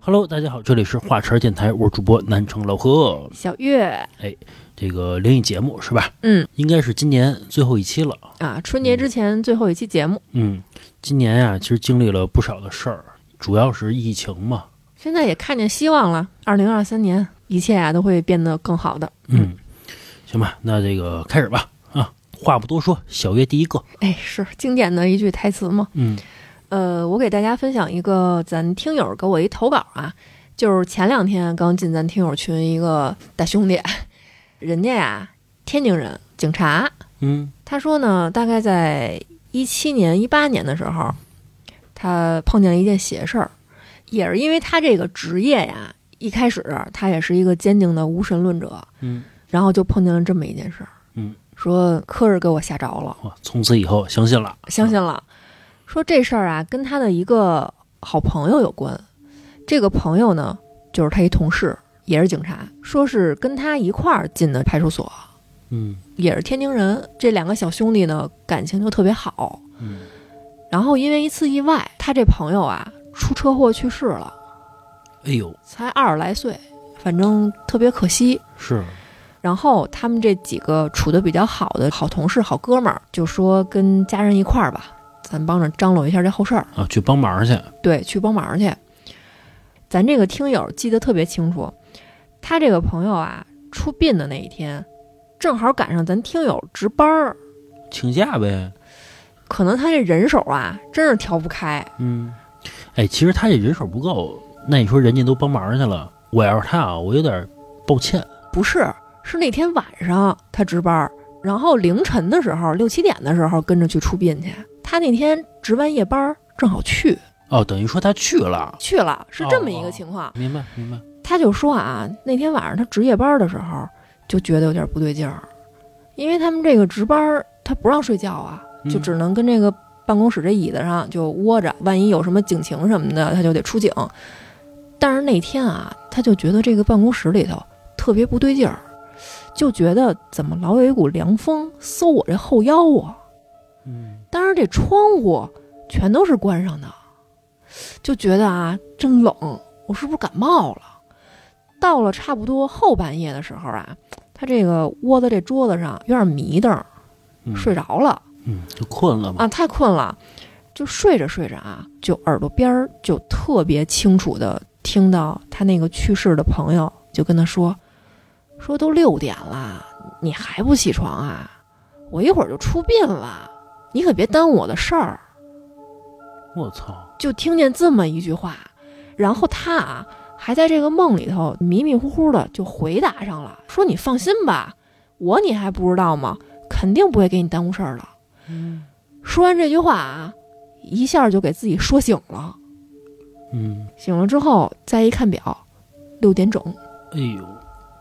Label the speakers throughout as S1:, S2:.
S1: Hello，大家好，这里是华晨电台，我是主播南城老贺。
S2: 小月
S1: 这个灵异节目是吧？
S2: 嗯，
S1: 应该是今年最后一期了。
S2: 啊，春节之前最后一期节目，
S1: 嗯，今年呀、其实经历了不少的事儿，主要是疫情嘛。
S2: 现在也看见希望了。二零二三年，一切啊都会变得更好的。
S1: 嗯，行吧，那这个开始吧。啊，话不多说，小月第一个。
S2: 哎，是经典的一句台词嘛。
S1: 嗯
S2: 呃，我给大家分享一个咱听友给我一投稿啊，就是前两天刚进咱听友群一个大兄弟，人家呀、天津人，警察，
S1: 嗯
S2: 他说呢，大概在一七年、一八年的时候，他碰见了一件邪事儿，也是因为他这个职业呀，一开始他也是一个坚定的无神论者，
S1: 嗯，
S2: 然后就碰见了这么一件事儿，
S1: 嗯，
S2: 说科儿给我吓着了，
S1: 哇，从此以后相信了。
S2: 相信了，说这事儿啊跟他的一个好朋友有关，这个朋友呢就是他一同事，也是警察，说是跟他一块儿进的派出所，
S1: 嗯
S2: 也是天津人，这两个小兄弟呢感情就特别好。
S1: 嗯，
S2: 然后因为一次意外，他这朋友啊出车祸去世了，
S1: 哎呦，
S2: 才二十来岁，反正特别可惜。
S1: 是，
S2: 然后他们这几个处的比较好的好同事、好哥们儿就说跟家人一块儿吧，咱帮着张罗一下这后事儿，
S1: 啊，去帮忙去。
S2: 对，去帮忙去。咱这个听友记得特别清楚，他这个朋友啊出殡的那一天，正好赶上咱听友值班儿，
S1: 请假呗。
S2: 可能他这人手啊真是调不开，
S1: 嗯，哎，其实他这人手不够，那你说人家都帮忙去了，我要是他啊，我有点抱歉。
S2: 不是，是那天晚上他值班，然后凌晨的时候六七点的时候跟着去出殡去。他那天值完夜班，正好去
S1: 哦，等于说他去了。
S2: 去了，是这么一
S1: 哦哦
S2: 个情况。
S1: 明白，明白。
S2: 他就说啊，那天晚上他值夜班的时候就觉得有点不对劲儿，因为他们这个值班他不让睡觉啊，就
S1: 嗯
S2: 只能跟这个办公室这椅子上就窝着，万一有什么警情什么的，他就得出警。但是那天啊，他就觉得这个办公室里头特别不对劲儿，就觉得怎么老有一股凉风嗖我这后腰啊，
S1: 嗯
S2: 当然这窗户全都是关上的，就觉得啊真冷，我是不是感冒了？到了差不多后半夜的时候啊，他这个窝在这桌子上有点迷瞪，
S1: 嗯
S2: 睡着了。
S1: 嗯，就困了嘛。
S2: 啊，太困了，就睡着睡着啊，就耳朵边儿就特别清楚的听到他那个去世的朋友就跟他说，说都六点了，你还不起床啊？我一会儿就出殡了，你可别耽误我的事儿。
S1: 我操！
S2: 就听见这么一句话，然后他啊还在这个梦里头迷迷糊糊的就回答上了，说你放心吧，我你还不知道吗？肯定不会给你耽误事儿了。说完这句话啊，一下就给自己说醒了。
S1: 嗯，
S2: 醒了之后再一看表，六点整，
S1: 哎呦，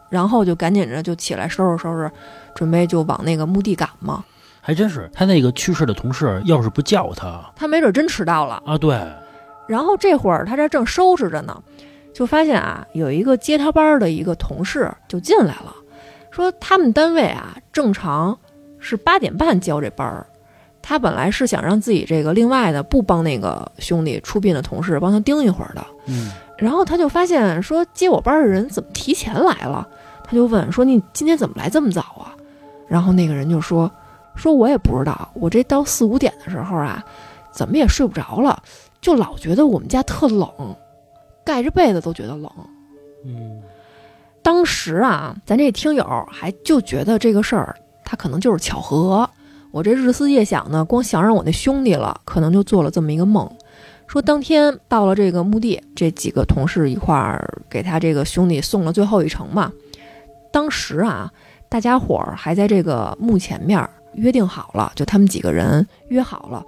S2: 然后就赶紧着就起来收拾收拾，准备就往那个墓地赶嘛。
S1: 还真是。他那个去世的同事，要是不叫他
S2: 他没准真迟到了。
S1: 啊，对，
S2: 然后这会儿他这正收拾着呢，就发现啊，有一个接他班儿的一个同事就进来了，说他们单位啊正常是八点半交这班儿，他本来是想让自己这个另外的不帮那个兄弟出殡的同事帮他盯一会儿的，
S1: 嗯
S2: 然后他就发现说接我班儿的人怎么提前来了，他就问说你今天怎么来这么早啊？然后那个人就说说我也不知道，我这到四五点的时候啊，怎么也睡不着了，就老觉得我们家特冷，盖着被子都觉得冷。
S1: 嗯，
S2: 当时啊，咱这听友还就觉得这个事儿他可能就是巧合。我这日思夜想呢，光想想我那兄弟了，可能就做了这么一个梦，说当天到了这个墓地，这几个同事一块儿给他这个兄弟送了最后一程嘛。当时啊，大家伙儿还在这个墓前面儿约定好了，就他们几个人约好了，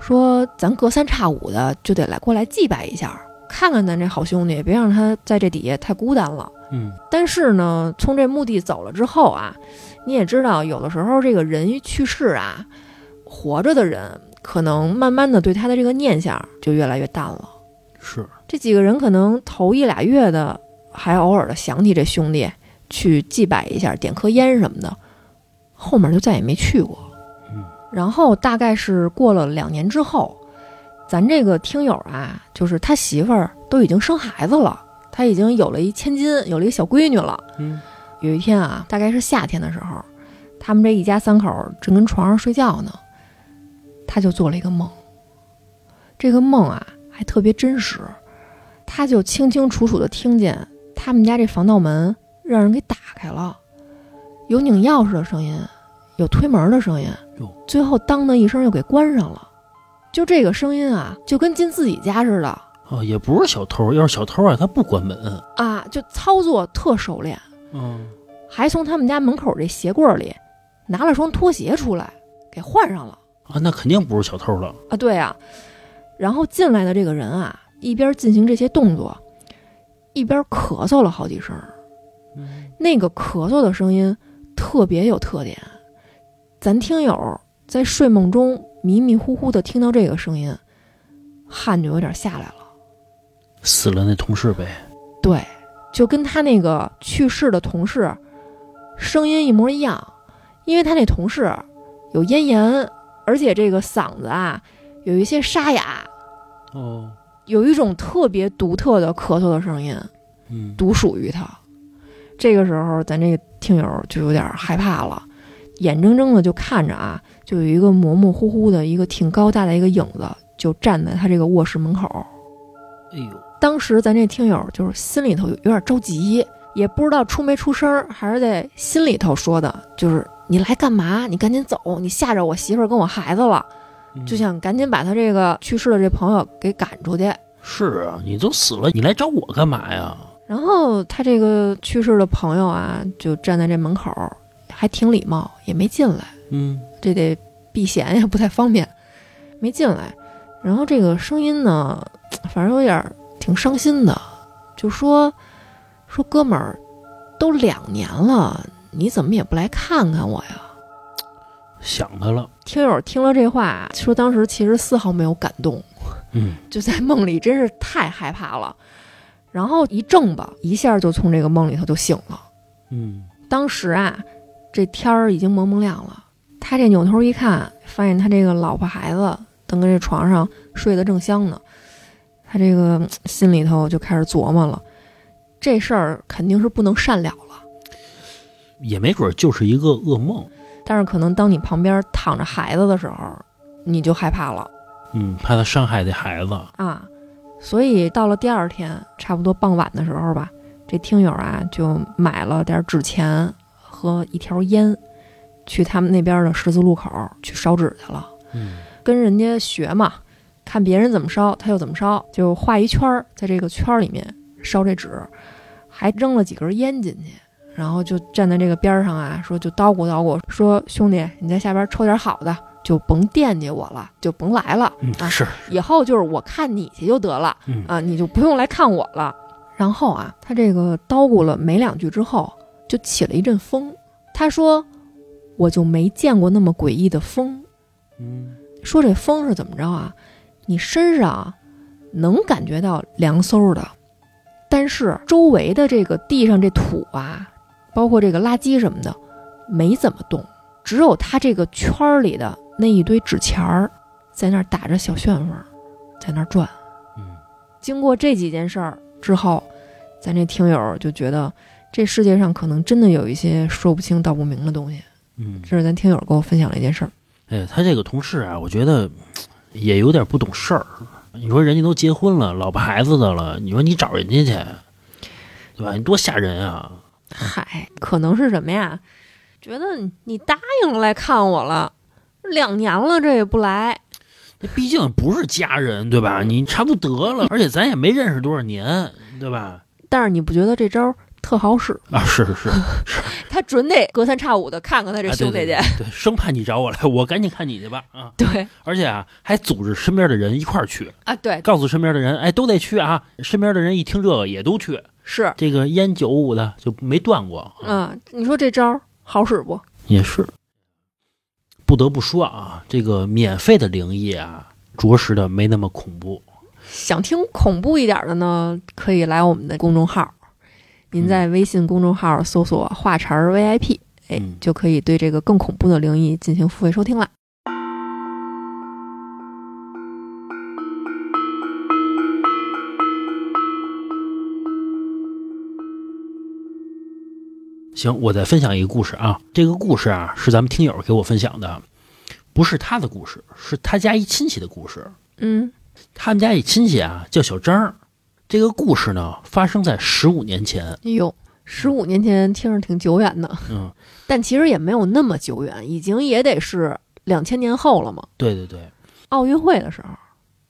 S2: 说咱隔三差五的就得来过来祭拜一下，看看咱这好兄弟，别让他在这底下太孤单了。
S1: 嗯，
S2: 但是呢，从这墓地走了之后啊，你也知道，有的时候这个人一去世啊，活着的人可能慢慢的对他的这个念想就越来越淡了。
S1: 是，
S2: 这几个人可能头一俩月的还偶尔的想起这兄弟，去祭拜一下，点颗烟什么的，后面就再也没去过
S1: 嗯。
S2: 然后大概是过了两年之后，咱这个听友啊，就是他媳妇儿都已经生孩子了，他已经有了一千金，有了一小闺女了。
S1: 嗯
S2: 有一天啊，大概是夏天的时候，他们这一家三口正跟床上睡觉呢，他就做了一个梦。这个梦啊，还特别真实，他就清清楚楚的听见他们家这防盗门让人给打开了，有拧钥匙的声音，有推门的声音
S1: 哟，
S2: 最后当的一声又给关上了。就这个声音啊，就跟进自己家似的
S1: 哦，也不是小偷，要是小偷啊，他不关门。
S2: 啊，就操作特熟练。
S1: 嗯，
S2: 还从他们家门口这鞋柜儿里拿了双拖鞋出来，给换上了
S1: 啊，那肯定不是小偷了。
S2: 啊！对啊，然后进来的这个人啊，一边进行这些动作，一边咳嗽了好几声儿。那个咳嗽的声音特别有特点，咱听友在睡梦中迷迷糊糊的听到这个声音，汗就有点下来了。
S1: 死了那同事呗。
S2: 对，就跟他那个去世的同事声音一模一样，因为他那同事有咽炎，而且这个嗓子啊有一些沙哑，
S1: 哦，
S2: 有一种特别独特的咳嗽的声音，
S1: 嗯，
S2: 独属于他。这个时候，咱这个听友就有点害怕了，眼睁睁的就看着啊，就有一个模模糊糊的一个挺高大的一个影子，就站在他这个卧室门口。
S1: 哎呦，
S2: 当时咱这听友就是心里头有点着急，也不知道出没出声儿，还是在心里头说的，就是你来干嘛？你赶紧走，你吓着我媳妇儿跟我孩子了，
S1: 嗯
S2: 就想赶紧把他这个去世的这朋友给赶出去。
S1: 是啊，你都死了，你来找我干嘛呀？
S2: 然后他这个去世的朋友啊，就站在这门口，还挺礼貌，也没进来，
S1: 嗯，
S2: 这得避嫌也不太方便，没进来。然后这个声音呢，反正有点儿挺伤心的，就说说哥们儿，都两年了，你怎么也不来看看我呀？
S1: 想他了。
S2: 听友听了这话，说当时其实丝毫没有感动，
S1: 嗯，
S2: 就在梦里真是太害怕了。然后一怔吧，一下就从这个梦里头就醒了。
S1: 嗯，
S2: 当时啊，这天儿已经蒙蒙亮了。他这扭头一看，发现他这个老婆孩子正跟这床上睡得正香呢。他这个嗯心里头就开始琢磨了，这事儿肯定是不能善了了。
S1: 也没准就是一个噩梦。
S2: 但是可能当你旁边躺着孩子的时候，你就害怕了
S1: 嗯，怕他伤害这孩子。
S2: 啊。所以到了第二天，差不多傍晚的时候吧，这听友啊就买了点纸钱和一条烟，去他们那边的十字路口去烧纸去了。
S1: 嗯，
S2: 跟人家学嘛，看别人怎么烧，他就怎么烧，就画一圈儿，在这个圈儿里面烧这纸，还扔了几根烟进去，然后就站在这个边儿上啊，说就叨咕叨咕，说兄弟，你在下边抽点好的，就甭惦记我了，就甭来了，
S1: 嗯
S2: 啊
S1: 是。
S2: 以后就是我看你去就得了
S1: 嗯
S2: 啊，你就不用来看我了。然后啊，他这个叨咕了没两句之后，就起了一阵风。他说：“我就没见过那么诡异的风。”
S1: 嗯，
S2: 说这风是怎么着啊？你身上啊能感觉到凉飕的，但是周围的这个地上这土啊，包括这个垃圾什么的，没怎么动，只有它这个圈儿里的那一堆纸钱儿在那儿打着小旋风，在那儿转。
S1: 嗯，
S2: 经过这几件事儿之后，咱这听友就觉得这世界上可能真的有一些说不清道不明的东西。
S1: 嗯，
S2: 这是咱听友给我分享了一件事儿。
S1: 哎，他这个同事啊，我觉得也有点不懂事儿。你说人家都结婚了，老婆孩子的了，你说你找人家去，对吧？你多吓人啊！
S2: 嗨，可能是什么呀？觉得你答应了来看我了，两年了这也不来，
S1: 那毕竟不是家人，对吧？你差不多得了，而且咱也没认识多少年，对吧？
S2: 但是你不觉得这招儿特好使？
S1: 啊，是是是，
S2: 他准得隔三差五的看看他这
S1: 啊
S2: 兄弟
S1: 对
S2: 去。
S1: 对对对，生怕你找我来， 我赶紧看你去吧啊！
S2: 对
S1: 而且啊，还组织身边的人一块儿去，
S2: 啊，对，
S1: 告诉身边的人，哎，都得去啊！身边的人一听这个也都去，
S2: 是，
S1: 这个烟酒舞的就没断过。啊
S2: 嗯，你说这招儿好使不？
S1: 也是。不得不说啊，这个免费的灵异啊，着实的没那么恐怖。
S2: 想听恐怖一点儿的呢，可以来我们的公众号儿，
S1: 嗯
S2: 您在微信公众号儿搜索“话茬儿 VIP”，哎，
S1: 嗯
S2: 就可以对这个更恐怖的灵异进行付费收听了。
S1: 行，啊我再分享一个故事啊。这个故事啊是咱们听友给我分享的，不是他的故事，是他家一亲戚的故事。
S2: 嗯
S1: 他们家一亲戚啊叫小张儿，这个故事呢发生在十五年前。
S2: 哎呦，十五年前听着挺久远的，
S1: 嗯，
S2: 但其实也没有那么久远，已经也得是两千年后了嘛。
S1: 对对对，
S2: 奥运会的时候，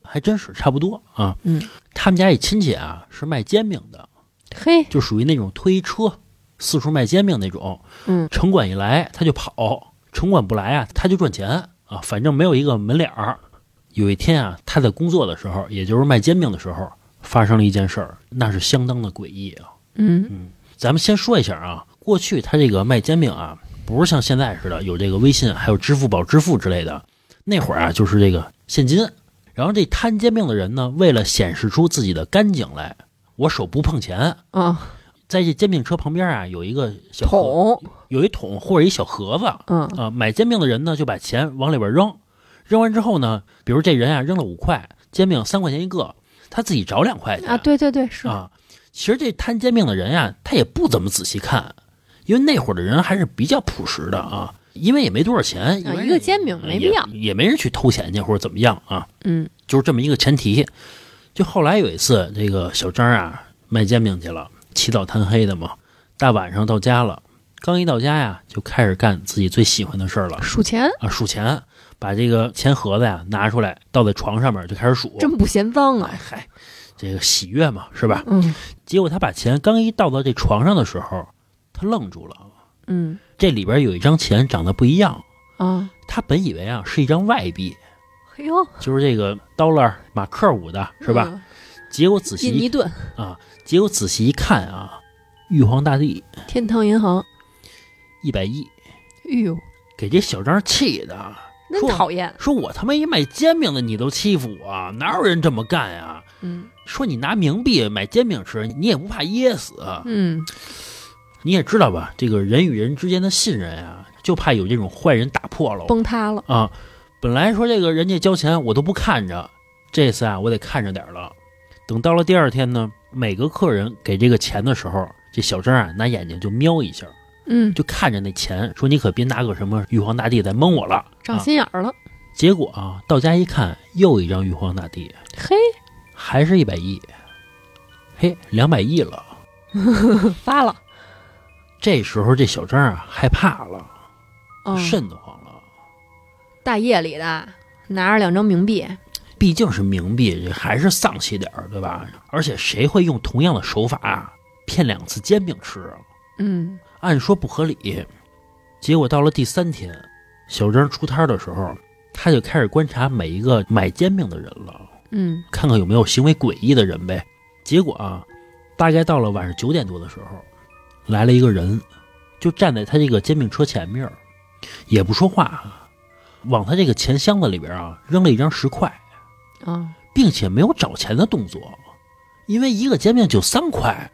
S1: 还真是差不多啊。
S2: 嗯，
S1: 他们家一亲戚啊是卖煎饼的，
S2: 嘿，
S1: 就属于那种推车四处卖煎饼那种。
S2: 嗯，
S1: 城管一来他就跑，哦城管不来啊他就赚钱啊，反正没有一个门脸儿。啊有一天啊，他在工作的时候，也就是卖煎饼的时候，发生了一件事儿，那是相当的诡异啊。
S2: 嗯
S1: 咱们先说一下啊，过去他这个卖煎饼啊，不是像现在似的有这个微信，还有支付宝支付之类的。那会儿啊，就是这个现金。然后这摊煎饼的人呢，为了显示出自己的干净来，我手不碰钱，
S2: 啊，
S1: 在这煎饼车旁边啊有一个小盒
S2: 桶，
S1: 有一桶或者一小盒子啊、
S2: 嗯
S1: 买煎饼的人呢就把钱往里边扔，扔完之后呢，比如这人啊扔了五块，煎饼三块钱一个，他自己找两块钱
S2: 啊，对对对，是，
S1: 啊，其实这摊煎饼的人呀、他也不怎么仔细看，因为那会儿的人还是比较朴实的啊，因为也没多少钱，
S2: 啊
S1: 因为
S2: 一个煎饼没必要
S1: 也，也没人去偷钱去或者怎么样啊，
S2: 嗯
S1: 就是这么一个前提。就后来有一次，这个小张啊卖煎饼去了，起早贪黑的嘛，大晚上到家了，刚一到家呀，就开始干自己最喜欢的事儿了
S2: 数钱
S1: 啊，数钱，把这个钱盒子呀拿出来，倒在床上面就开始数，
S2: 真不嫌脏啊
S1: 哎，嗨，这个喜悦嘛，是吧？
S2: 嗯
S1: 结果他把钱刚一倒到这床上的时候，他愣住了。
S2: 嗯
S1: 这里边有一张钱长得不一样，
S2: 啊，
S1: 他本以为啊是一张外币，
S2: 哎呦，
S1: 就是这个 dollar 马克五的，是吧？
S2: 嗯？
S1: 结果仔细
S2: 印
S1: 一
S2: 尼盾，
S1: 啊，结果仔细一看啊，玉皇大帝
S2: 天堂银行，
S1: 一百亿，
S2: 哎呦，
S1: 给这小张气的，
S2: 真
S1: 说
S2: 讨厌，
S1: 说我他妈一卖煎饼的你都欺负我，哪有人这么干呀、
S2: 嗯
S1: 说你拿冥币买煎饼吃，你也不怕噎死？
S2: 嗯，
S1: 你也知道吧，这个人与人之间的信任啊，就怕有这种坏人打破了。
S2: 崩塌了，
S1: 啊，本来说这个人家交钱我都不看着，这次啊我得看着点儿了。等到了第二天呢，每个客人给这个钱的时候，这小张啊拿眼睛就瞄一下，
S2: 嗯，
S1: 就看着那钱，说你可别拿个什么玉皇大帝再蒙我了。啊
S2: 长心眼儿了，
S1: 结果啊到家一看，又一张玉皇大帝，
S2: 嘿，
S1: 还是一百亿，嘿，两百亿了。
S2: 发了，
S1: 这时候这小张啊害怕了，
S2: 嗯，
S1: 瘆得慌了。
S2: 大夜里的拿着两张冥币，
S1: 毕竟是冥币，这还是丧气点儿，对吧？而且谁会用同样的手法骗两次煎饼吃啊？
S2: 嗯
S1: 按说不合理。结果到了第三天，小张出摊儿的时候，他就开始观察每一个买煎饼的人了，
S2: 嗯，
S1: 看看有没有行为诡异的人呗。结果啊，大概到了晚上九点多的时候，来了一个人，就站在他这个煎饼车前面儿，也不说话啊，往他这个钱箱子里边啊扔了一张十块。
S2: 啊，
S1: 并且没有找钱的动作，因为一个煎饼就三块。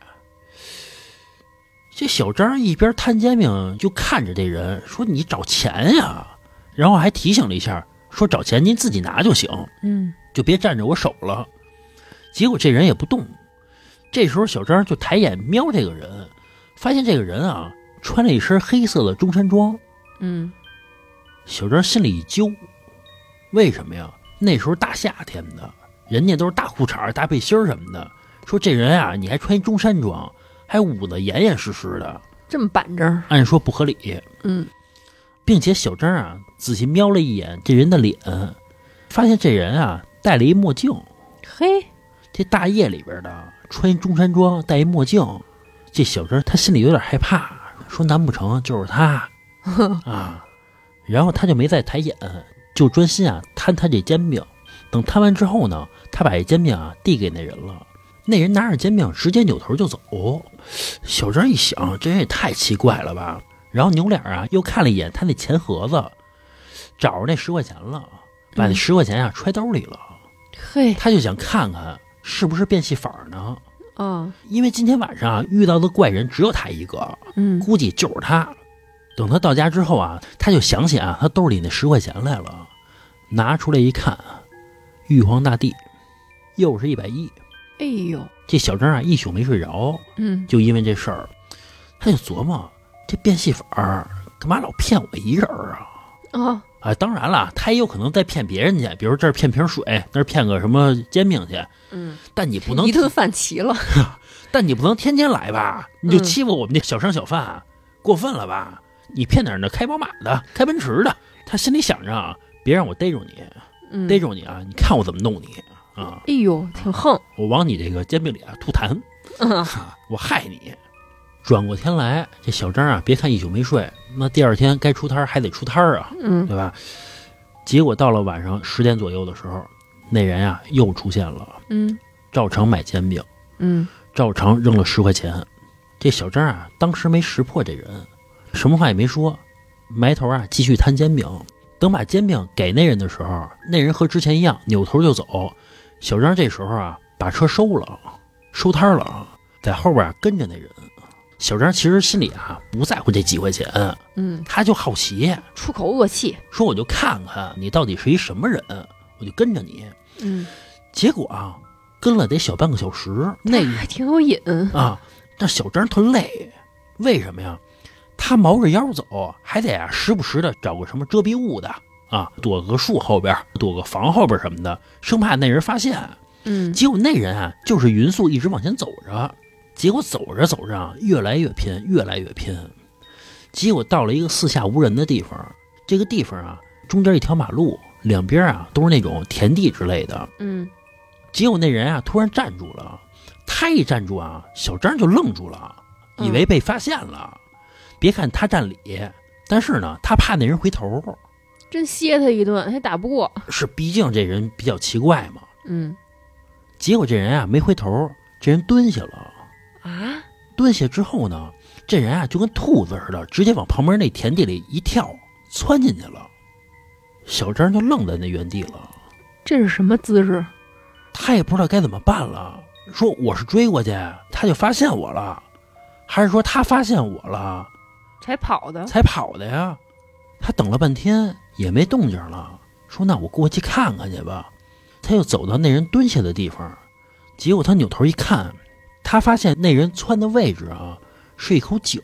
S1: 这小张一边摊煎饼，就看着这人说：“你找钱呀！”然后还提醒了一下，说：“找钱您自己拿就行，
S2: 嗯
S1: 就别占着我手了。”结果这人也不动。这时候小张就抬眼瞄这个人，发现这个人啊穿了一身黑色的中山装。
S2: 嗯，
S1: 小张心里一揪，为什么呀？那时候大夏天的，人家都是大裤衩儿、大背心儿什么的。说这人啊，你还穿一中山装，还捂得严严实实的，
S2: 这么板正，
S1: 按说不合理。
S2: 嗯
S1: 并且小张啊，仔细瞄了一眼这人的脸，发现这人啊戴了一墨镜。
S2: 嘿，
S1: 这大夜里边的穿一中山装，戴一墨镜，这小张他心里有点害怕，说难不成就是他啊？然后他就没再抬眼，就专心啊摊他这煎饼。等摊完之后呢，他把这煎饼啊递给那人了，那人拿着煎饼直接扭头就走。小张一想，这人也太奇怪了吧，然后扭脸啊又看了一眼他那钱盒子，找着那十块钱了，把那
S2: 嗯
S1: 十块钱啊揣兜里了。
S2: 嘿
S1: 他就想看看是不是变戏法儿呢。
S2: 啊，
S1: 因为今天晚上啊遇到的怪人只有他一个，
S2: 嗯
S1: 估计就是他。等他到家之后啊，他就想起啊，他兜里那十块钱来了，拿出来一看，玉皇大帝又是一百亿。
S2: 哎呦，
S1: 这小张啊一宿没睡着，
S2: 嗯
S1: 就因为这事儿，他就琢磨这变戏法儿干嘛老骗我一人儿啊？
S2: 啊，
S1: 啊，当然了，他也有可能再骗别人去，比如这儿骗瓶水，那儿骗个什么煎饼去。
S2: 嗯，
S1: 但你不能
S2: 一，顿饭齐了，
S1: 但你不能天天来吧？你就
S2: 嗯
S1: 欺负我们这小商小贩，过分了吧？你骗点儿那开宝马的、开奔驰的，他心里想着啊，别让我逮着你，
S2: 嗯，
S1: 逮着你啊，你看我怎么弄你啊！
S2: 哎呦，挺横，
S1: 我往你这个煎饼里啊吐痰，
S2: 嗯
S1: 啊我害你。转过天来，这小张啊，别看一宿没睡，那第二天该出摊儿还得出摊儿啊。
S2: 嗯
S1: 对吧？结果到了晚上十点左右的时候，那人呀、又出现了，
S2: 嗯
S1: 照常买煎饼，
S2: 嗯
S1: 照常扔了十块钱。这小张啊，当时没识破这人，什么话也没说，埋头啊继续摊煎饼。等把煎饼给那人的时候，那人和之前一样扭头就走。小张这时候啊，把车收了，收摊儿了，在后边啊跟着那人。小张其实心里啊不在乎这几块钱，
S2: 嗯，
S1: 他就好奇，
S2: 出口恶气，
S1: 说我就看看你到底是一什么人，我就跟着你。
S2: 嗯，
S1: 结果啊，跟了得小半个小时，那
S2: 还挺有瘾，
S1: 啊，那小张特累，为什么呀？他毛着腰走，还得啊时不时的找个什么遮蔽物的啊，躲个树后边，躲个房后边什么的，生怕那人发现。
S2: 嗯
S1: 结果那人啊，就是匀速一直往前走着，结果走着走着啊，越来越偏，越来越偏，结果到了一个四下无人的地方。这个地方啊，中间一条马路，两边啊都是那种田地之类的。
S2: 嗯
S1: 结果那人啊突然站住了，他一站住啊，小张就愣住了，以为被发现了。别看他站里，但是呢，他怕那人回头，
S2: 真歇他一顿，还打不过，
S1: 是毕竟这人比较奇怪嘛。
S2: 嗯
S1: 结果这人啊没回头，这人蹲下了。
S2: 啊，
S1: 蹲下之后呢，这人啊就跟兔子似的，直接往旁边那田地里一跳，窜进去了。小张就愣在那原地了，
S2: 这是什么姿势？
S1: 他也不知道该怎么办了。说我是追过去，他就发现我了，还是说他发现我了
S2: 才跑的，
S1: 才跑的呀？他等了半天也没动静了，说那我过去看看去吧。他又走到那人蹲下的地方，结果他扭头一看，他发现那人窜的位置啊是一口井。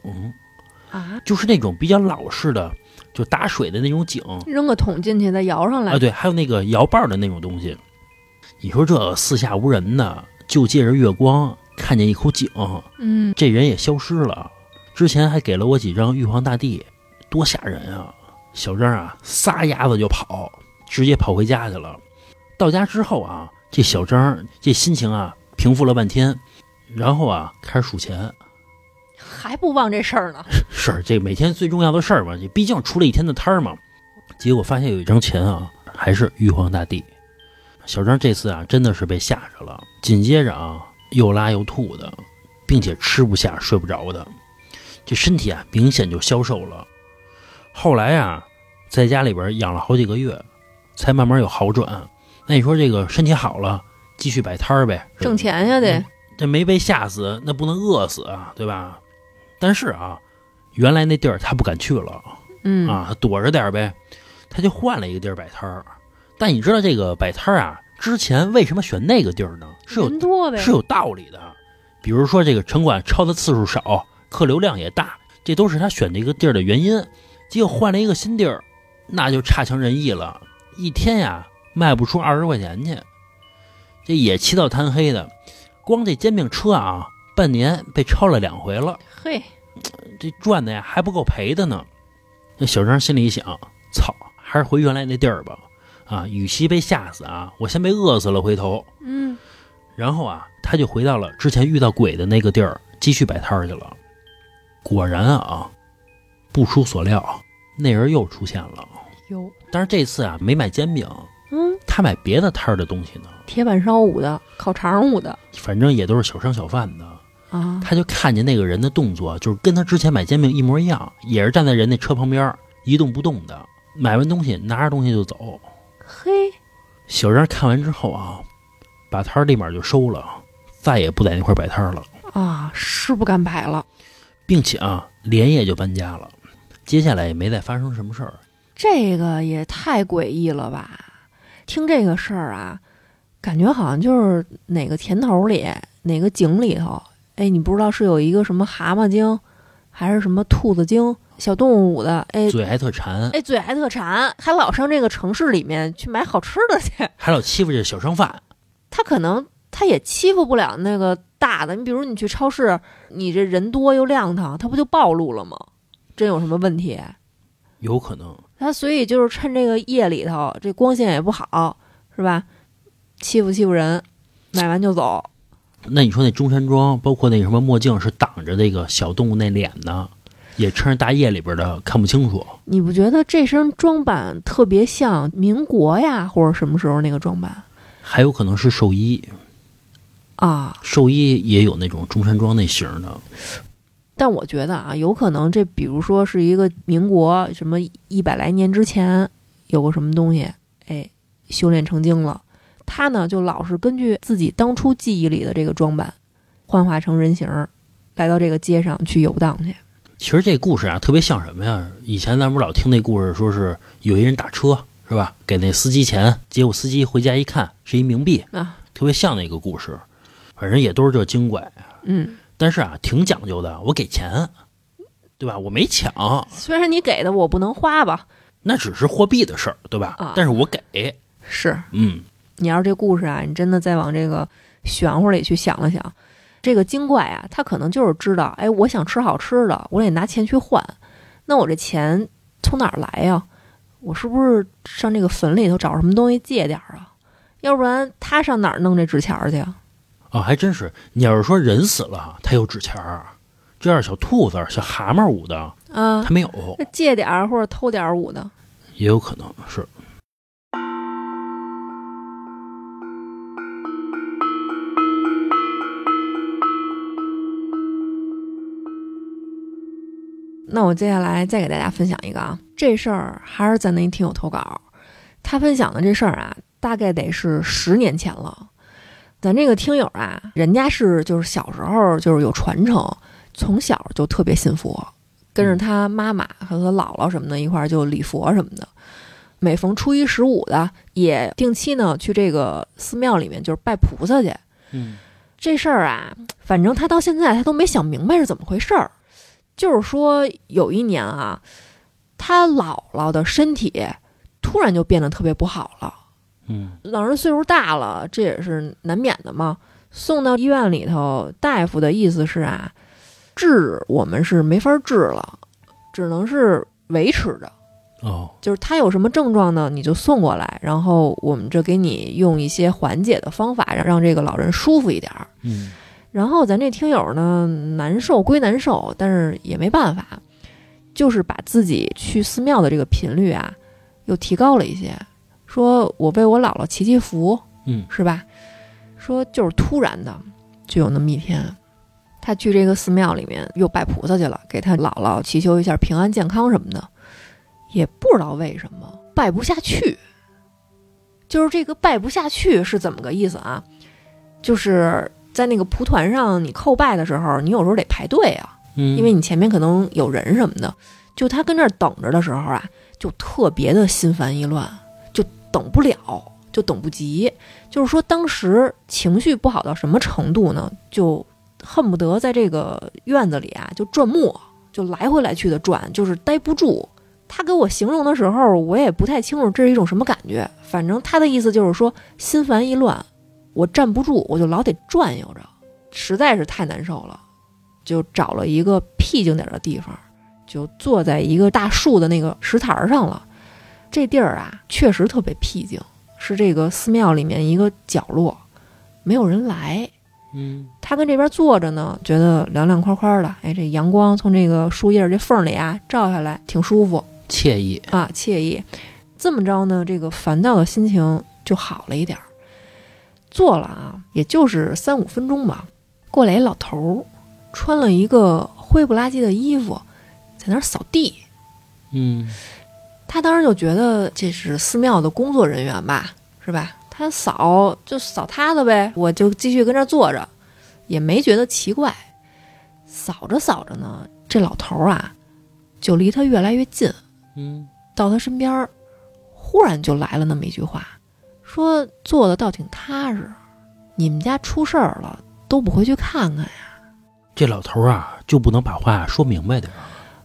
S2: 啊，
S1: 就是那种比较老式的，就打水的那种井
S2: 扔个桶进去再摇上来，
S1: 啊，对，还有那个摇把儿的那种东西。你说这四下无人的，就借着月光看见一口井，
S2: 嗯
S1: 这人也消失了。之前还给了我几张玉皇大帝，多吓人啊！小张啊，撒丫子就跑，直接跑回家去了。到家之后啊，这小张这心情啊平复了半天，然后啊开始数钱。
S2: 还不忘这事儿呢，
S1: 是这每天最重要的事儿嘛，你毕竟出了一天的摊儿嘛。结果发现有一张钱啊，还是玉皇大帝。小张这次啊，真的是被吓着了，紧接着啊，又拉又吐的，并且吃不下、睡不着的，这身体啊，明显就消瘦了。后来啊，在家里边养了好几个月，才慢慢有好转。那你说这个身体好了，继续摆摊儿呗，
S2: 挣钱呀得，
S1: 这没被吓死，那不能饿死啊，对吧？但是啊，原来那地儿他不敢去了
S2: 嗯
S1: 啊，他躲着点儿呗，他就换了一个地儿摆摊儿。但你知道这个摆摊儿啊，之前为什么选那个地儿呢？是有
S2: 人多呗，
S1: 是有道理的。比如说这个城管抄的次数少，客流量也大，这都是他选这个地儿的原因。结果换了一个新地儿，那就差强人意了。一天呀，卖不出二十块钱去，这也起到贪黑的。光这煎饼车啊，半年被抄了两回了，
S2: 嘿，
S1: 这赚的呀还不够赔的呢。那小张心里一想，操，还是回原来那地儿吧。啊，与其被吓死啊，我先被饿死了回头。
S2: 嗯
S1: 然后啊，他就回到了之前遇到鬼的那个地儿，继续摆摊儿去了。果然啊，不出所料，那人又出现了。
S2: 有，
S1: 但是这次啊，没买煎饼，
S2: 嗯，
S1: 他买别的摊儿的东西呢，
S2: 铁板烧舞的，烤肠舞的
S1: 反正也都是小商小贩的。
S2: 啊，
S1: 他就看见那个人的动作，就是跟他之前买煎饼一模一样，也是站在人那车旁边儿一动不动的，买完东西拿着东西就走。
S2: 嘿，
S1: 小张看完之后啊，把摊儿立马就收了，再也不在那块儿摆摊儿了。
S2: 啊，是不敢摆了。
S1: 并且啊，连夜就搬家了。接下来也没再发生什么事儿。
S2: 这个也太诡异了吧！听这个事儿啊，感觉好像就是哪个田头里、哪个井里头，哎，你不知道是有一个什么蛤蟆精，还是什么兔子精、小动物的，哎
S1: 嘴还特馋，
S2: 哎，嘴还特馋，还老上这个城市里面去买好吃的去。
S1: 还老欺负这小商贩。
S2: 他可能他也欺负不了那个大的，你比如你去超市，你这人多又亮堂，他不就暴露了吗？真有什么问题？啊
S1: 有可能
S2: 他所以就是趁这个夜里头，这光线也不好，是吧？欺负欺负人，买完就走。
S1: 那你说那中山装，包括那什么墨镜，是挡着那个小动物那脸的，也趁着大夜里边的看不清楚。
S2: 你不觉得这身装扮特别像民国呀，或者什么时候那个装扮
S1: 还有可能是兽医，
S2: 啊？
S1: 兽医也有那种中山装那型儿的，
S2: 但我觉得啊，有可能这比如说是一个民国什么一百来年之前有个什么东西，哎，修炼成精了。他呢就老是根据自己当初记忆里的这个装扮，幻化成人形儿，来到这个街上去游荡去。
S1: 其实这故事啊，特别像什么呀？以前咱不是老听那故事，说是有一人打车是吧，给那司机钱，结果司机回家一看是一冥币
S2: 啊，
S1: 特别像那个故事。反正也都是这精怪，
S2: 嗯，
S1: 但是啊，挺讲究的。我给钱，对吧？我没抢，
S2: 虽然你给的我不能花吧，
S1: 那只是货币的事儿，对吧？
S2: 啊
S1: 但是我给，
S2: 是
S1: 嗯，
S2: 你要是这故事啊，你真的再往这个玄乎里去想了想，这个精怪啊，他可能就是知道，哎，我想吃好吃的，我得拿钱去换，那我这钱从哪儿来呀、我是不是上这个坟里头找什么东西借点儿啊？要不然他上哪儿弄这纸钱儿去啊？
S1: 啊，还真是。你要是说人死了，他有纸钱儿，这要是小兔子、小蛤蟆舞的，
S2: 啊
S1: 他没有，
S2: 那借点儿或者偷点儿捂的，
S1: 也有可能是。
S2: 那我接下来再给大家分享一个啊，这事儿还是咱那听友投稿，他分享的这事儿啊，大概得是十年前了。咱这个听友啊，人家是就是小时候就是有传承，从小就特别信佛，跟着他妈妈和他姥姥什么的一块儿就礼佛什么的。每逢初一十五的，也定期呢去这个寺庙里面就是拜菩萨去。
S1: 嗯，
S2: 这事儿啊，反正他到现在他都没想明白是怎么回事儿。就是说，有一年啊，他姥姥的身体突然就变得特别不好了。
S1: 嗯，
S2: 老人岁数大了，这也是难免的嘛。送到医院里头，大夫的意思是啊，治我们是没法治了，只能是维持着。
S1: 哦，
S2: 就是他有什么症状呢，你就送过来，然后我们这给你用一些缓解的方法，让让这个老人舒服一点儿。
S1: 嗯，
S2: 然后咱这听友呢，难受归难受，但是也没办法，就是把自己去寺庙的这个频率啊，又提高了一些。说我为我姥姥祈祈福，
S1: 嗯，
S2: 是吧？说就是突然的，就有那么一天，他去这个寺庙里面又拜菩萨去了，给他姥姥祈求一下平安健康什么的，也不知道为什么拜不下去。就是这个拜不下去是怎么个意思啊？就是在那个蒲团上你叩拜的时候，你有时候得排队啊，
S1: 嗯，
S2: 因为你前面可能有人什么的。就他跟那儿等着的时候啊，就特别的心烦意乱，就等不了，就等不及。就是说当时情绪不好到什么程度呢？就恨不得在这个院子里啊就转磨，就来回来去的转，就是待不住。他给我形容的时候，我也不太清楚这是一种什么感觉。反正他的意思就是说心烦意乱，我站不住，我就老得转悠着，实在是太难受了，就找了一个僻静点的地方，就坐在一个大树的那个石台上了。这地儿啊，确实特别僻静，是这个寺庙里面一个角落，没有人来。
S1: 嗯
S2: 他跟这边坐着呢，觉得凉凉快快的，哎，这阳光从这个树叶儿这缝儿里啊照下来，挺舒服。
S1: 惬意，
S2: 啊，惬意。这么着呢，这个烦躁的心情就好了一点儿。坐了啊，也就是三五分钟吧。过来一老头儿，穿了一个灰不拉几的衣服，在那儿扫地。
S1: 嗯
S2: 他当时就觉得这是寺庙的工作人员吧，是吧？他扫就扫他的呗，我就继续跟这儿坐着，也没觉得奇怪。扫着扫着呢，这老头儿啊，就离他越来越近。
S1: 嗯
S2: 到他身边儿，忽然就来了那么一句话，说做的倒挺踏实，你们家出事儿了都不回去看看呀？
S1: 这老头儿啊，就不能把话说明白点儿，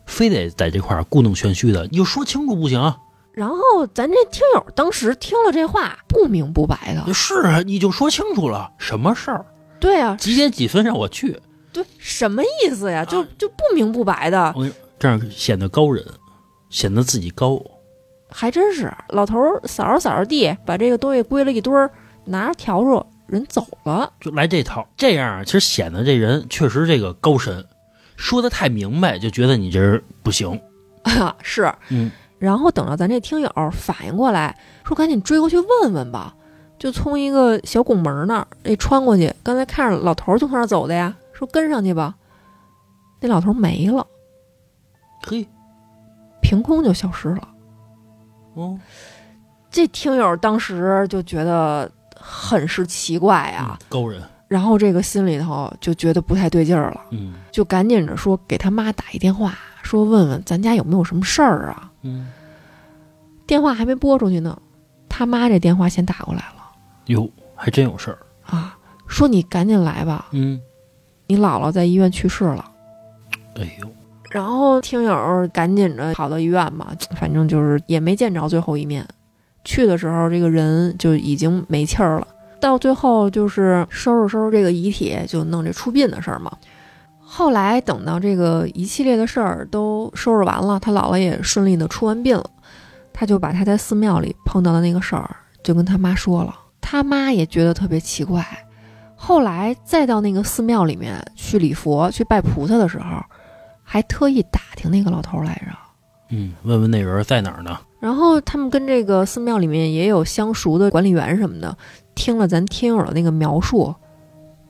S1: 非得在这块儿故弄玄虚的，你就说清楚不行？
S2: 然后咱这听友当时听了这话，不明不白的，
S1: 是啊，你就说清楚了，什么事儿？
S2: 对啊，
S1: 几点几分让我去？
S2: 对，什么意思呀？就就不明不白的，
S1: 这样显得高人，显得自己高。
S2: 还真是。老头儿扫帚扫帚地，把这个东西归了一堆儿，拿着笤帚人走了。
S1: 就来这套，这样啊其实显得这人确实这个高深，说的太明白，就觉得你这人不行。
S2: 是，
S1: 嗯，
S2: 然后等到咱这听友反应过来，说赶紧追过去问问吧，就从一个小拱门那儿那穿过去。刚才看着老头儿就从那儿走的呀，说跟上去吧。那老头儿没了，
S1: 嘿，
S2: 凭空就消失了。
S1: 哦，
S2: 这听友当时就觉得很是奇怪啊，
S1: 嗯高人，
S2: 然后这个心里头就觉得不太对劲儿了，
S1: 嗯
S2: 就赶紧着说给他妈打一电话，说问问咱家有没有什么事儿啊。
S1: 嗯，
S2: 电话还没拨出去呢，他妈这电话先打过来了
S1: 哟，还真有事儿。
S2: 啊，说你赶紧来吧，
S1: 嗯，
S2: 你姥姥在医院去世了。
S1: 哎呦，
S2: 然后听友赶紧着跑到医院嘛，反正就是也没见着最后一面。去的时候，这个人就已经没气儿了。到最后就是收拾收拾这个遗体，就弄这出殡的事儿嘛。后来等到这个一系列的事儿都收拾完了，他姥姥也顺利的出完殡了，他就把他在寺庙里碰到的那个事儿就跟他妈说了，他妈也觉得特别奇怪。后来再到那个寺庙里面去礼佛、去拜菩萨的时候，还特意打听那个老头儿来着。
S1: 嗯，问问那人在哪儿呢？
S2: 然后他们跟这个寺庙里面也有相熟的管理员什么的，听了咱听友的那个描述，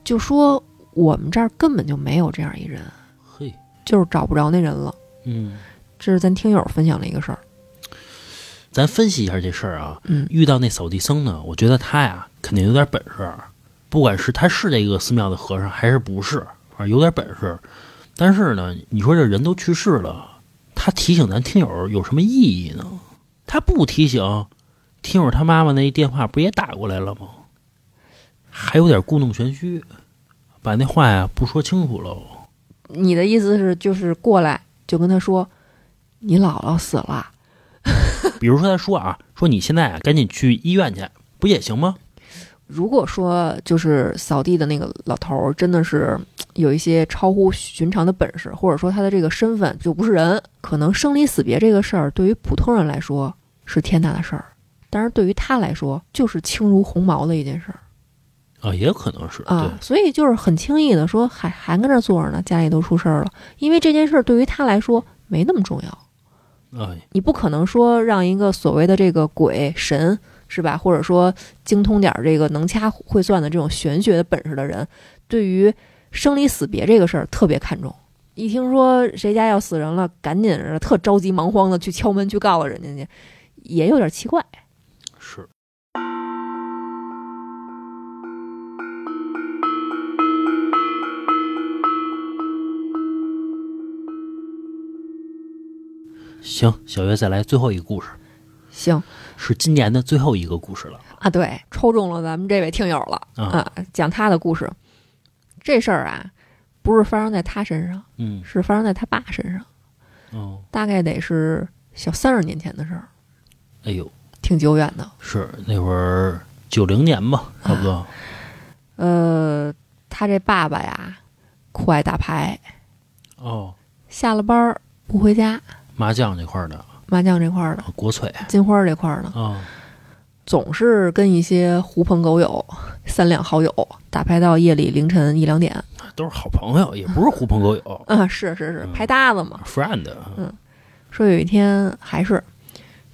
S2: 就说我们这儿根本就没有这样一人，
S1: 嘿，
S2: 就是找不着那人了。
S1: 嗯，
S2: 这是咱听友分享的一个事儿。
S1: 咱分析一下这事儿啊。
S2: 嗯
S1: 遇到那扫地僧呢，我觉得他呀肯定有点本事，不管是他是这个寺庙的和尚还是不是，啊，有点本事。但是呢，你说这人都去世了，他提醒咱听友有什么意义呢？他不提醒，听友他妈妈那电话不也打过来了吗？还有点故弄玄虚，把那话呀不说清楚喽。
S2: 你的意思是就是过来就跟他说，你姥姥死了，
S1: 比如说他说啊，说你现在啊赶紧去医院去，不也行吗？
S2: 如果说就是扫地的那个老头儿真的是有一些超乎寻常的本事，或者说他的这个身份就不是人，可能生离死别这个事儿对于普通人来说是天大的事儿，但是对于他来说就是轻如鸿毛的一件事儿
S1: 啊，也可能是对
S2: 啊，，所以就是很轻易的说还还跟这儿坐着呢，家里都出事儿了，因为这件事儿对于他来说没那么重要。
S1: 哎，
S2: 你不可能说让一个所谓的这个鬼神是吧，或者说精通点儿这个能掐会算的这种玄学的本事的人，对于生离死别这个事儿特别看重。一听说谁家要死人了，赶紧着特着急忙慌的去敲门去告诉人家去，也有点奇怪。
S1: 是。行，小月再来最后一个故事，
S2: 行
S1: 是今年的最后一个故事了
S2: 啊，对，抽中了咱们这位听友了
S1: 啊。
S2: 啊，讲他的故事。这事儿啊，不是发生在他身上，
S1: 嗯，
S2: 是发生在他爸身上，
S1: 哦，
S2: 大概得是小三十年前的事儿，
S1: 哎呦，
S2: 挺久远的。
S1: 是那会儿九零年吧，差不多。
S2: 呃，他这爸爸呀，酷爱打牌，
S1: 哦，
S2: 下了班儿不回家，
S1: 麻将这块儿的，
S2: 麻将这块儿的，
S1: 国粹啊、
S2: 金花儿这块儿的，
S1: 哦
S2: 总是跟一些狐朋狗友、三两好友打牌到夜里凌晨一两点。
S1: 都是好朋友，也不是狐朋狗 友
S2: 啊，是是是，
S1: 嗯
S2: 牌搭子嘛。
S1: ，friend
S2: 说有一天还是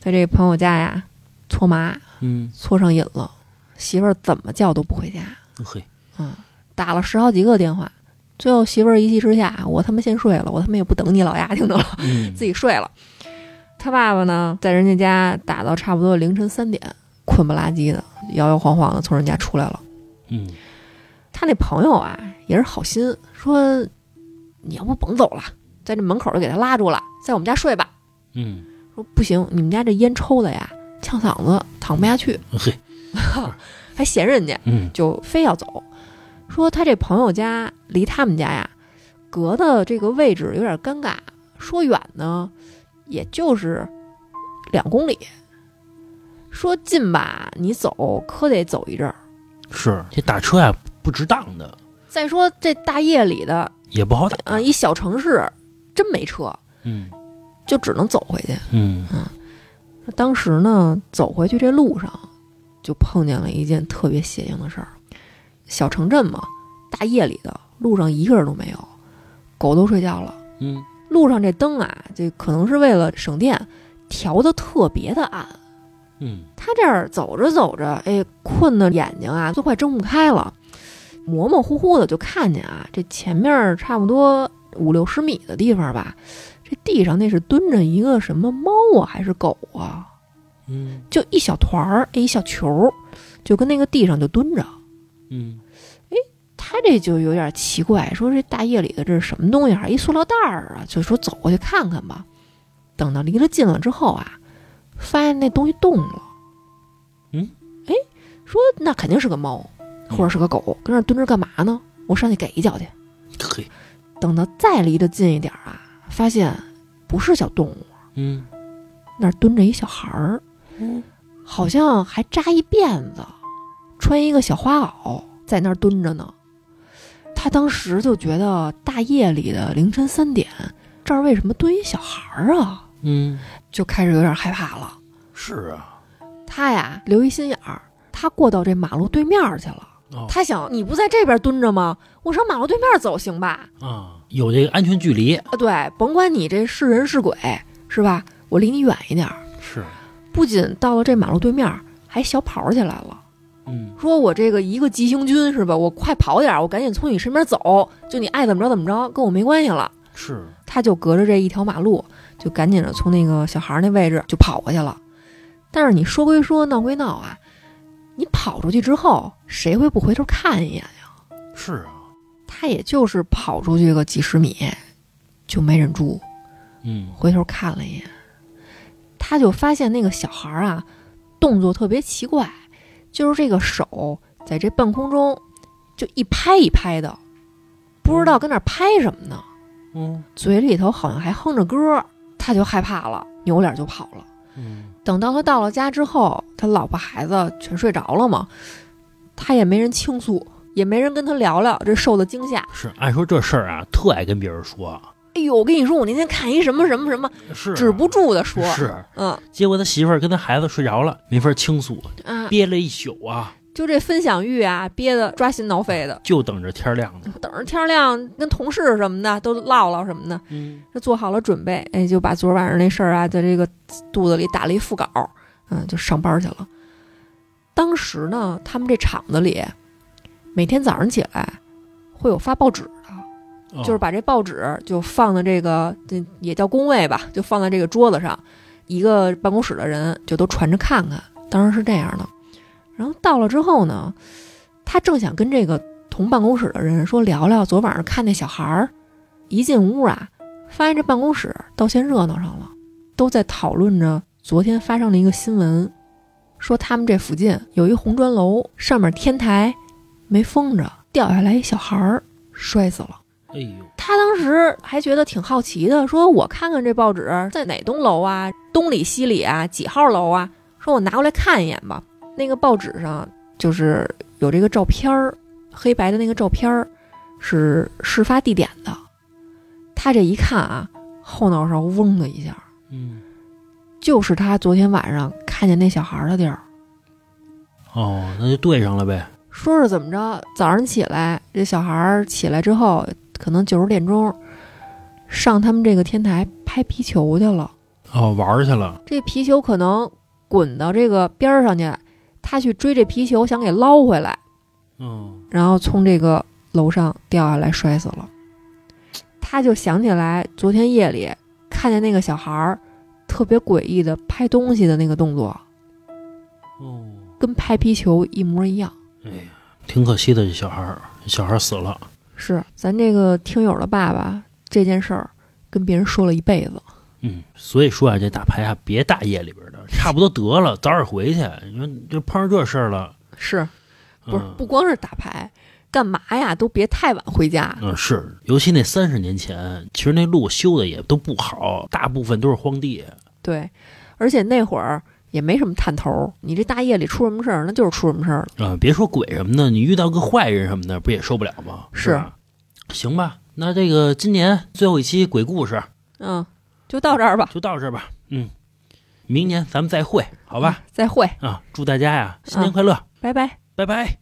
S2: 在这朋友家呀搓麻
S1: 嗯，
S2: 搓上瘾了，媳妇儿怎么叫都不回家，
S1: 嗯嘿，
S2: 打了十好几个电话。最后媳妇儿一气之下，我他妈先睡了，我他妈也不等你老丫听到了。
S1: 嗯
S2: 自己睡了。他爸爸呢，在人家家打到差不多凌晨三点，困不拉几的，摇摇晃晃的从人家出来了。
S1: 嗯，
S2: 他那朋友啊，也是好心，说你要不甭走了，在这门口就给他拉住了，在我们家睡吧。
S1: 嗯，
S2: 说不行，你们家这烟抽的呀，呛嗓子，躺不下去，
S1: 嗯嘿，
S2: 还嫌人家，
S1: 嗯
S2: 就非要走。说他这朋友家离他们家呀，隔的这个位置有点尴尬，说远呢，也就是两公里；说近吧，你走可得走一阵儿。
S1: 是这打车呀、不值当的，
S2: 再说这大夜里的，
S1: 也不好打。
S2: 啊，一小城市真没车，
S1: 嗯
S2: 就只能走回去。
S1: 嗯
S2: 当时呢，走回去这路上，就碰见了一件特别邪性的事儿。小城镇嘛，大夜里的，路上一个人都没有，狗都睡觉了。
S1: 嗯，
S2: 路上这灯啊，这可能是为了省电，调的特别的暗。
S1: 嗯，
S2: 他这儿走着走着，哎，困的眼睛啊都快睁不开了，模模糊糊的就看见啊，这前面差不多五六十米的地方吧，这地上那是蹲着一个什么猫啊还是狗啊？
S1: 嗯
S2: 就一小团儿，哎一小球儿，就跟那个地上就蹲着。
S1: 嗯
S2: 他这就有点奇怪，说这大夜里的这是什么东西啊？一塑料袋儿啊，就说走过去看看吧。等到离得近了之后啊，发现那东西动了。
S1: 嗯，
S2: 哎，说那肯定是个猫，或者是个狗，跟那儿蹲着干嘛呢？我上去给一脚去。
S1: 嘿，
S2: 等到再离得近一点儿啊，发现不是小动物，
S1: 嗯
S2: 那儿蹲着一小孩儿。
S1: 嗯
S2: 好像还扎一辫子，穿一个小花袄，在那儿蹲着呢。他当时就觉得大夜里的凌晨三点，这儿为什么蹲一小孩儿啊？
S1: 嗯，
S2: 就开始有点害怕了。
S1: 是啊，
S2: 他呀，留一心眼儿，他过到这马路对面儿去了。
S1: 哦
S2: 他想，你不在这边蹲着吗？我上马路对面走行吧？
S1: 啊，有这个安全距离
S2: 啊，对，甭管你这是人是鬼，是吧？我离你远一点儿。
S1: 是，
S2: 不仅到了这马路对面儿，还小跑起来了。
S1: 嗯
S2: 说我这个一个急行军是吧？我快跑点儿，我赶紧从你身边走，就你爱怎么着怎么着，跟我没关系了。
S1: 是，
S2: 他就隔着这一条马路，就赶紧的从那个小孩儿那位置就跑过去了。但是你说归说，闹归闹啊，你跑出去之后，谁会不回头看一眼呀？
S1: 是啊，
S2: 他也就是跑出去个几十米，就没忍住，
S1: 嗯
S2: 回头看了一眼，他就发现那个小孩儿啊，动作特别奇怪，就是这个手在这半空中就一拍一拍的，不知道跟那儿拍什么呢，
S1: 嗯
S2: 嘴里头好像还哼着歌儿，他就害怕了，扭脸就跑了。
S1: 嗯
S2: 等到他到了家之后，他老婆孩子全睡着了嘛，他也没人倾诉，也没人跟他聊聊这受的惊吓。
S1: 是，按说这事儿啊，特爱跟别人说，
S2: 哎呦，我跟你说，我那天看一什么什么什么，
S1: 是啊
S2: 止不住的说，
S1: 是，
S2: 嗯
S1: 结果他媳妇儿跟他孩子睡着了，没法倾诉，
S2: 啊，
S1: 憋了一宿啊，
S2: 就这分享欲啊，憋得抓心挠肺的，
S1: 就等着天亮呢。
S2: 等着天亮跟同事什么的都唠唠什么的，
S1: 嗯
S2: 这做好了准备，哎，就把昨晚上那事儿啊，在这个肚子里打了一腹稿，嗯，就上班去了。当时呢，他们这厂子里每天早上起来会有发报纸的，
S1: 哦
S2: 就是把这报纸就放在这个这也叫工位吧，就放在这个桌子上，一个办公室的人就都传着看看。当时是这样的，然后到了之后呢，他正想跟这个同办公室的人说聊聊昨晚上看那小孩儿，一进屋啊，发现这办公室倒先热闹上了，都在讨论着昨天发生了一个新闻，说他们这附近有一红砖楼，上面天台没封着，掉下来一小孩儿摔死了。
S1: 哎呦，
S2: 他当时还觉得挺好奇的，说我看看这报纸在哪栋楼啊，东里西里啊，几号楼啊？说我拿过来看一眼吧。那个报纸上就是有这个照片儿，黑白的那个照片儿是事发地点的。他这一看啊，后脑勺嗡的一下，
S1: 嗯，
S2: 就是他昨天晚上看见那小孩儿的地儿。
S1: 哦，那就对上了呗。
S2: 说是怎么着，早上起来，这小孩儿起来之后，可能九十点钟，上他们这个天台拍皮球去了。
S1: 哦，玩儿去了。
S2: 这皮球可能滚到这个边儿上去，他去追这皮球，想给捞回来，
S1: 嗯，
S2: 然后从这个楼上掉下来摔死了。他就想起来昨天夜里看见那个小孩儿特别诡异的拍东西的那个动作，
S1: 哦，
S2: 跟拍皮球一模一样。
S1: 哎呀，挺可惜的，这小孩儿，这小孩儿死了。
S2: 是咱这个听友的爸爸这件事儿跟别人说了一辈子。
S1: 嗯，所以说啊，这打牌啊，别大夜里边儿的，差不多得了，早点回去。你说就碰上这事儿了，
S2: 是，不是
S1: 嗯
S2: 不光是打牌，干嘛呀，都别太晚回家。
S1: 嗯，是，尤其那三十年前，其实那路修的也都不好，大部分都是荒地。
S2: 对，而且那会儿也没什么探头，你这大夜里出什么事儿，那就是出什么事儿了。
S1: 啊、别说鬼什么的，你遇到个坏人什么的，不也受不了吗？
S2: 是
S1: 吧，行吧，那这个今年最后一期鬼故事
S2: 嗯，就到这儿吧，
S1: 就到这儿吧，嗯，明年咱们再会，好吧？
S2: 嗯再会，嗯
S1: 啊，祝大家呀新年快乐，
S2: 拜拜。
S1: 拜拜。